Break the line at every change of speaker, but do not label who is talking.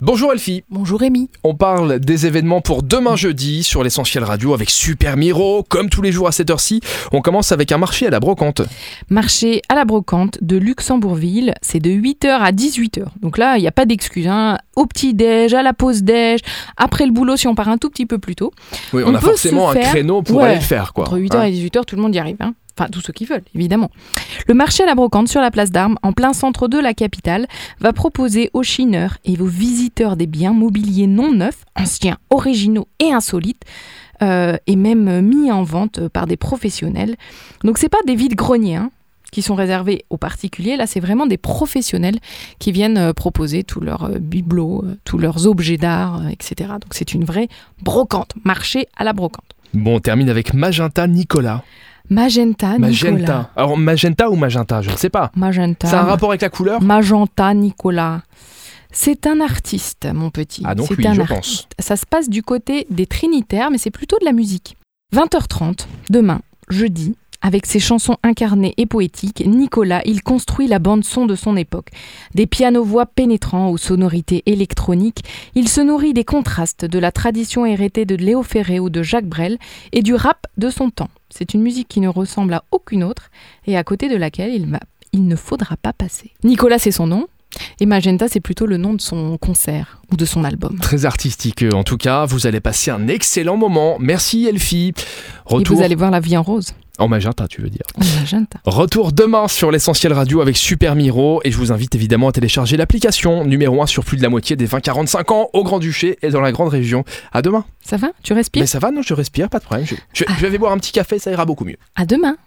Bonjour Elfie,
Bonjour Rémi.
on parle des événements pour demain jeudi sur l'essentiel radio avec Super Miro, comme tous les jours à cette heure-ci. On commence avec un marché à la brocante.
Marché à la brocante de Luxembourgville, c'est de 8h à 18h. Donc là, il n'y a pas d'excuse. hein. Au petit-déj, à la pause-déj, après le boulot si on part un tout petit peu plus tôt.
Oui, on,
On
a
peut
forcément
se
un
faire-
créneau pour
Ouais.
aller le faire, quoi.
Entre 8h
Hein.
et 18h, tout le monde y arrive. hein. Enfin, tous ceux qui veulent, évidemment. Le marché à la brocante sur la place d'Armes, en plein centre de la capitale, va proposer aux chineurs et aux visiteurs des biens mobiliers non neufs, anciens, originaux et insolites, euh, et même mis en vente par des professionnels. Donc, c'est pas des vides greniers hein, qui sont réservés aux particuliers. Là, c'est vraiment des professionnels qui viennent euh, proposer tous leurs euh, bibelots, euh, tous leurs objets d'art, euh, etc. Donc, c'est une vraie brocante, marché à la brocante.
Bon, on termine avec Magenta Nicolas.
Magenta, Ah, Nicolas.
Magenta. Alors Magenta ou Magenta, je ne sais pas.
Magenta.
Ça a un rapport avec la couleur
Magenta, Nicolas. C'est un artiste, mon petit.
Ah donc
C'est
oui,
un
je pense.
artiste. Ça se passe du côté des Trinitaires, mais c'est plutôt de la musique. 20h30, demain, jeudi, avec ses chansons incarnées et poétiques, Nicolas, il construit la bande-son de son époque. Des pianos-voix pénétrants aux sonorités électroniques, il se nourrit des contrastes de la tradition héritée de Léo Ferré ou de Jacques Brel et du rap de son temps. C'est une musique qui ne ressemble à aucune autre et à côté de laquelle il, va- il ne faudra pas passer. Nicolas, c'est son nom, et Magenta, c'est plutôt le nom de son concert ou de son album.
Très artistique euh, en tout cas, vous allez passer un excellent moment. Merci Elfie.
Et
Retour
vous allez voir la vie en rose. Oh,
en Magenta, tu veux dire.
en magenta.
Retour demain sur l'essentiel radio avec Super Miro et je vous invite évidemment à télécharger l'application numéro 1 sur plus de la moitié des 20-45 ans au Grand-Duché et dans la grande région. À demain.
Ça va Tu respires
Mais ça va, non, je respire, pas de problème. Je, je- je vais boire un petit café, ça ira beaucoup mieux.
À demain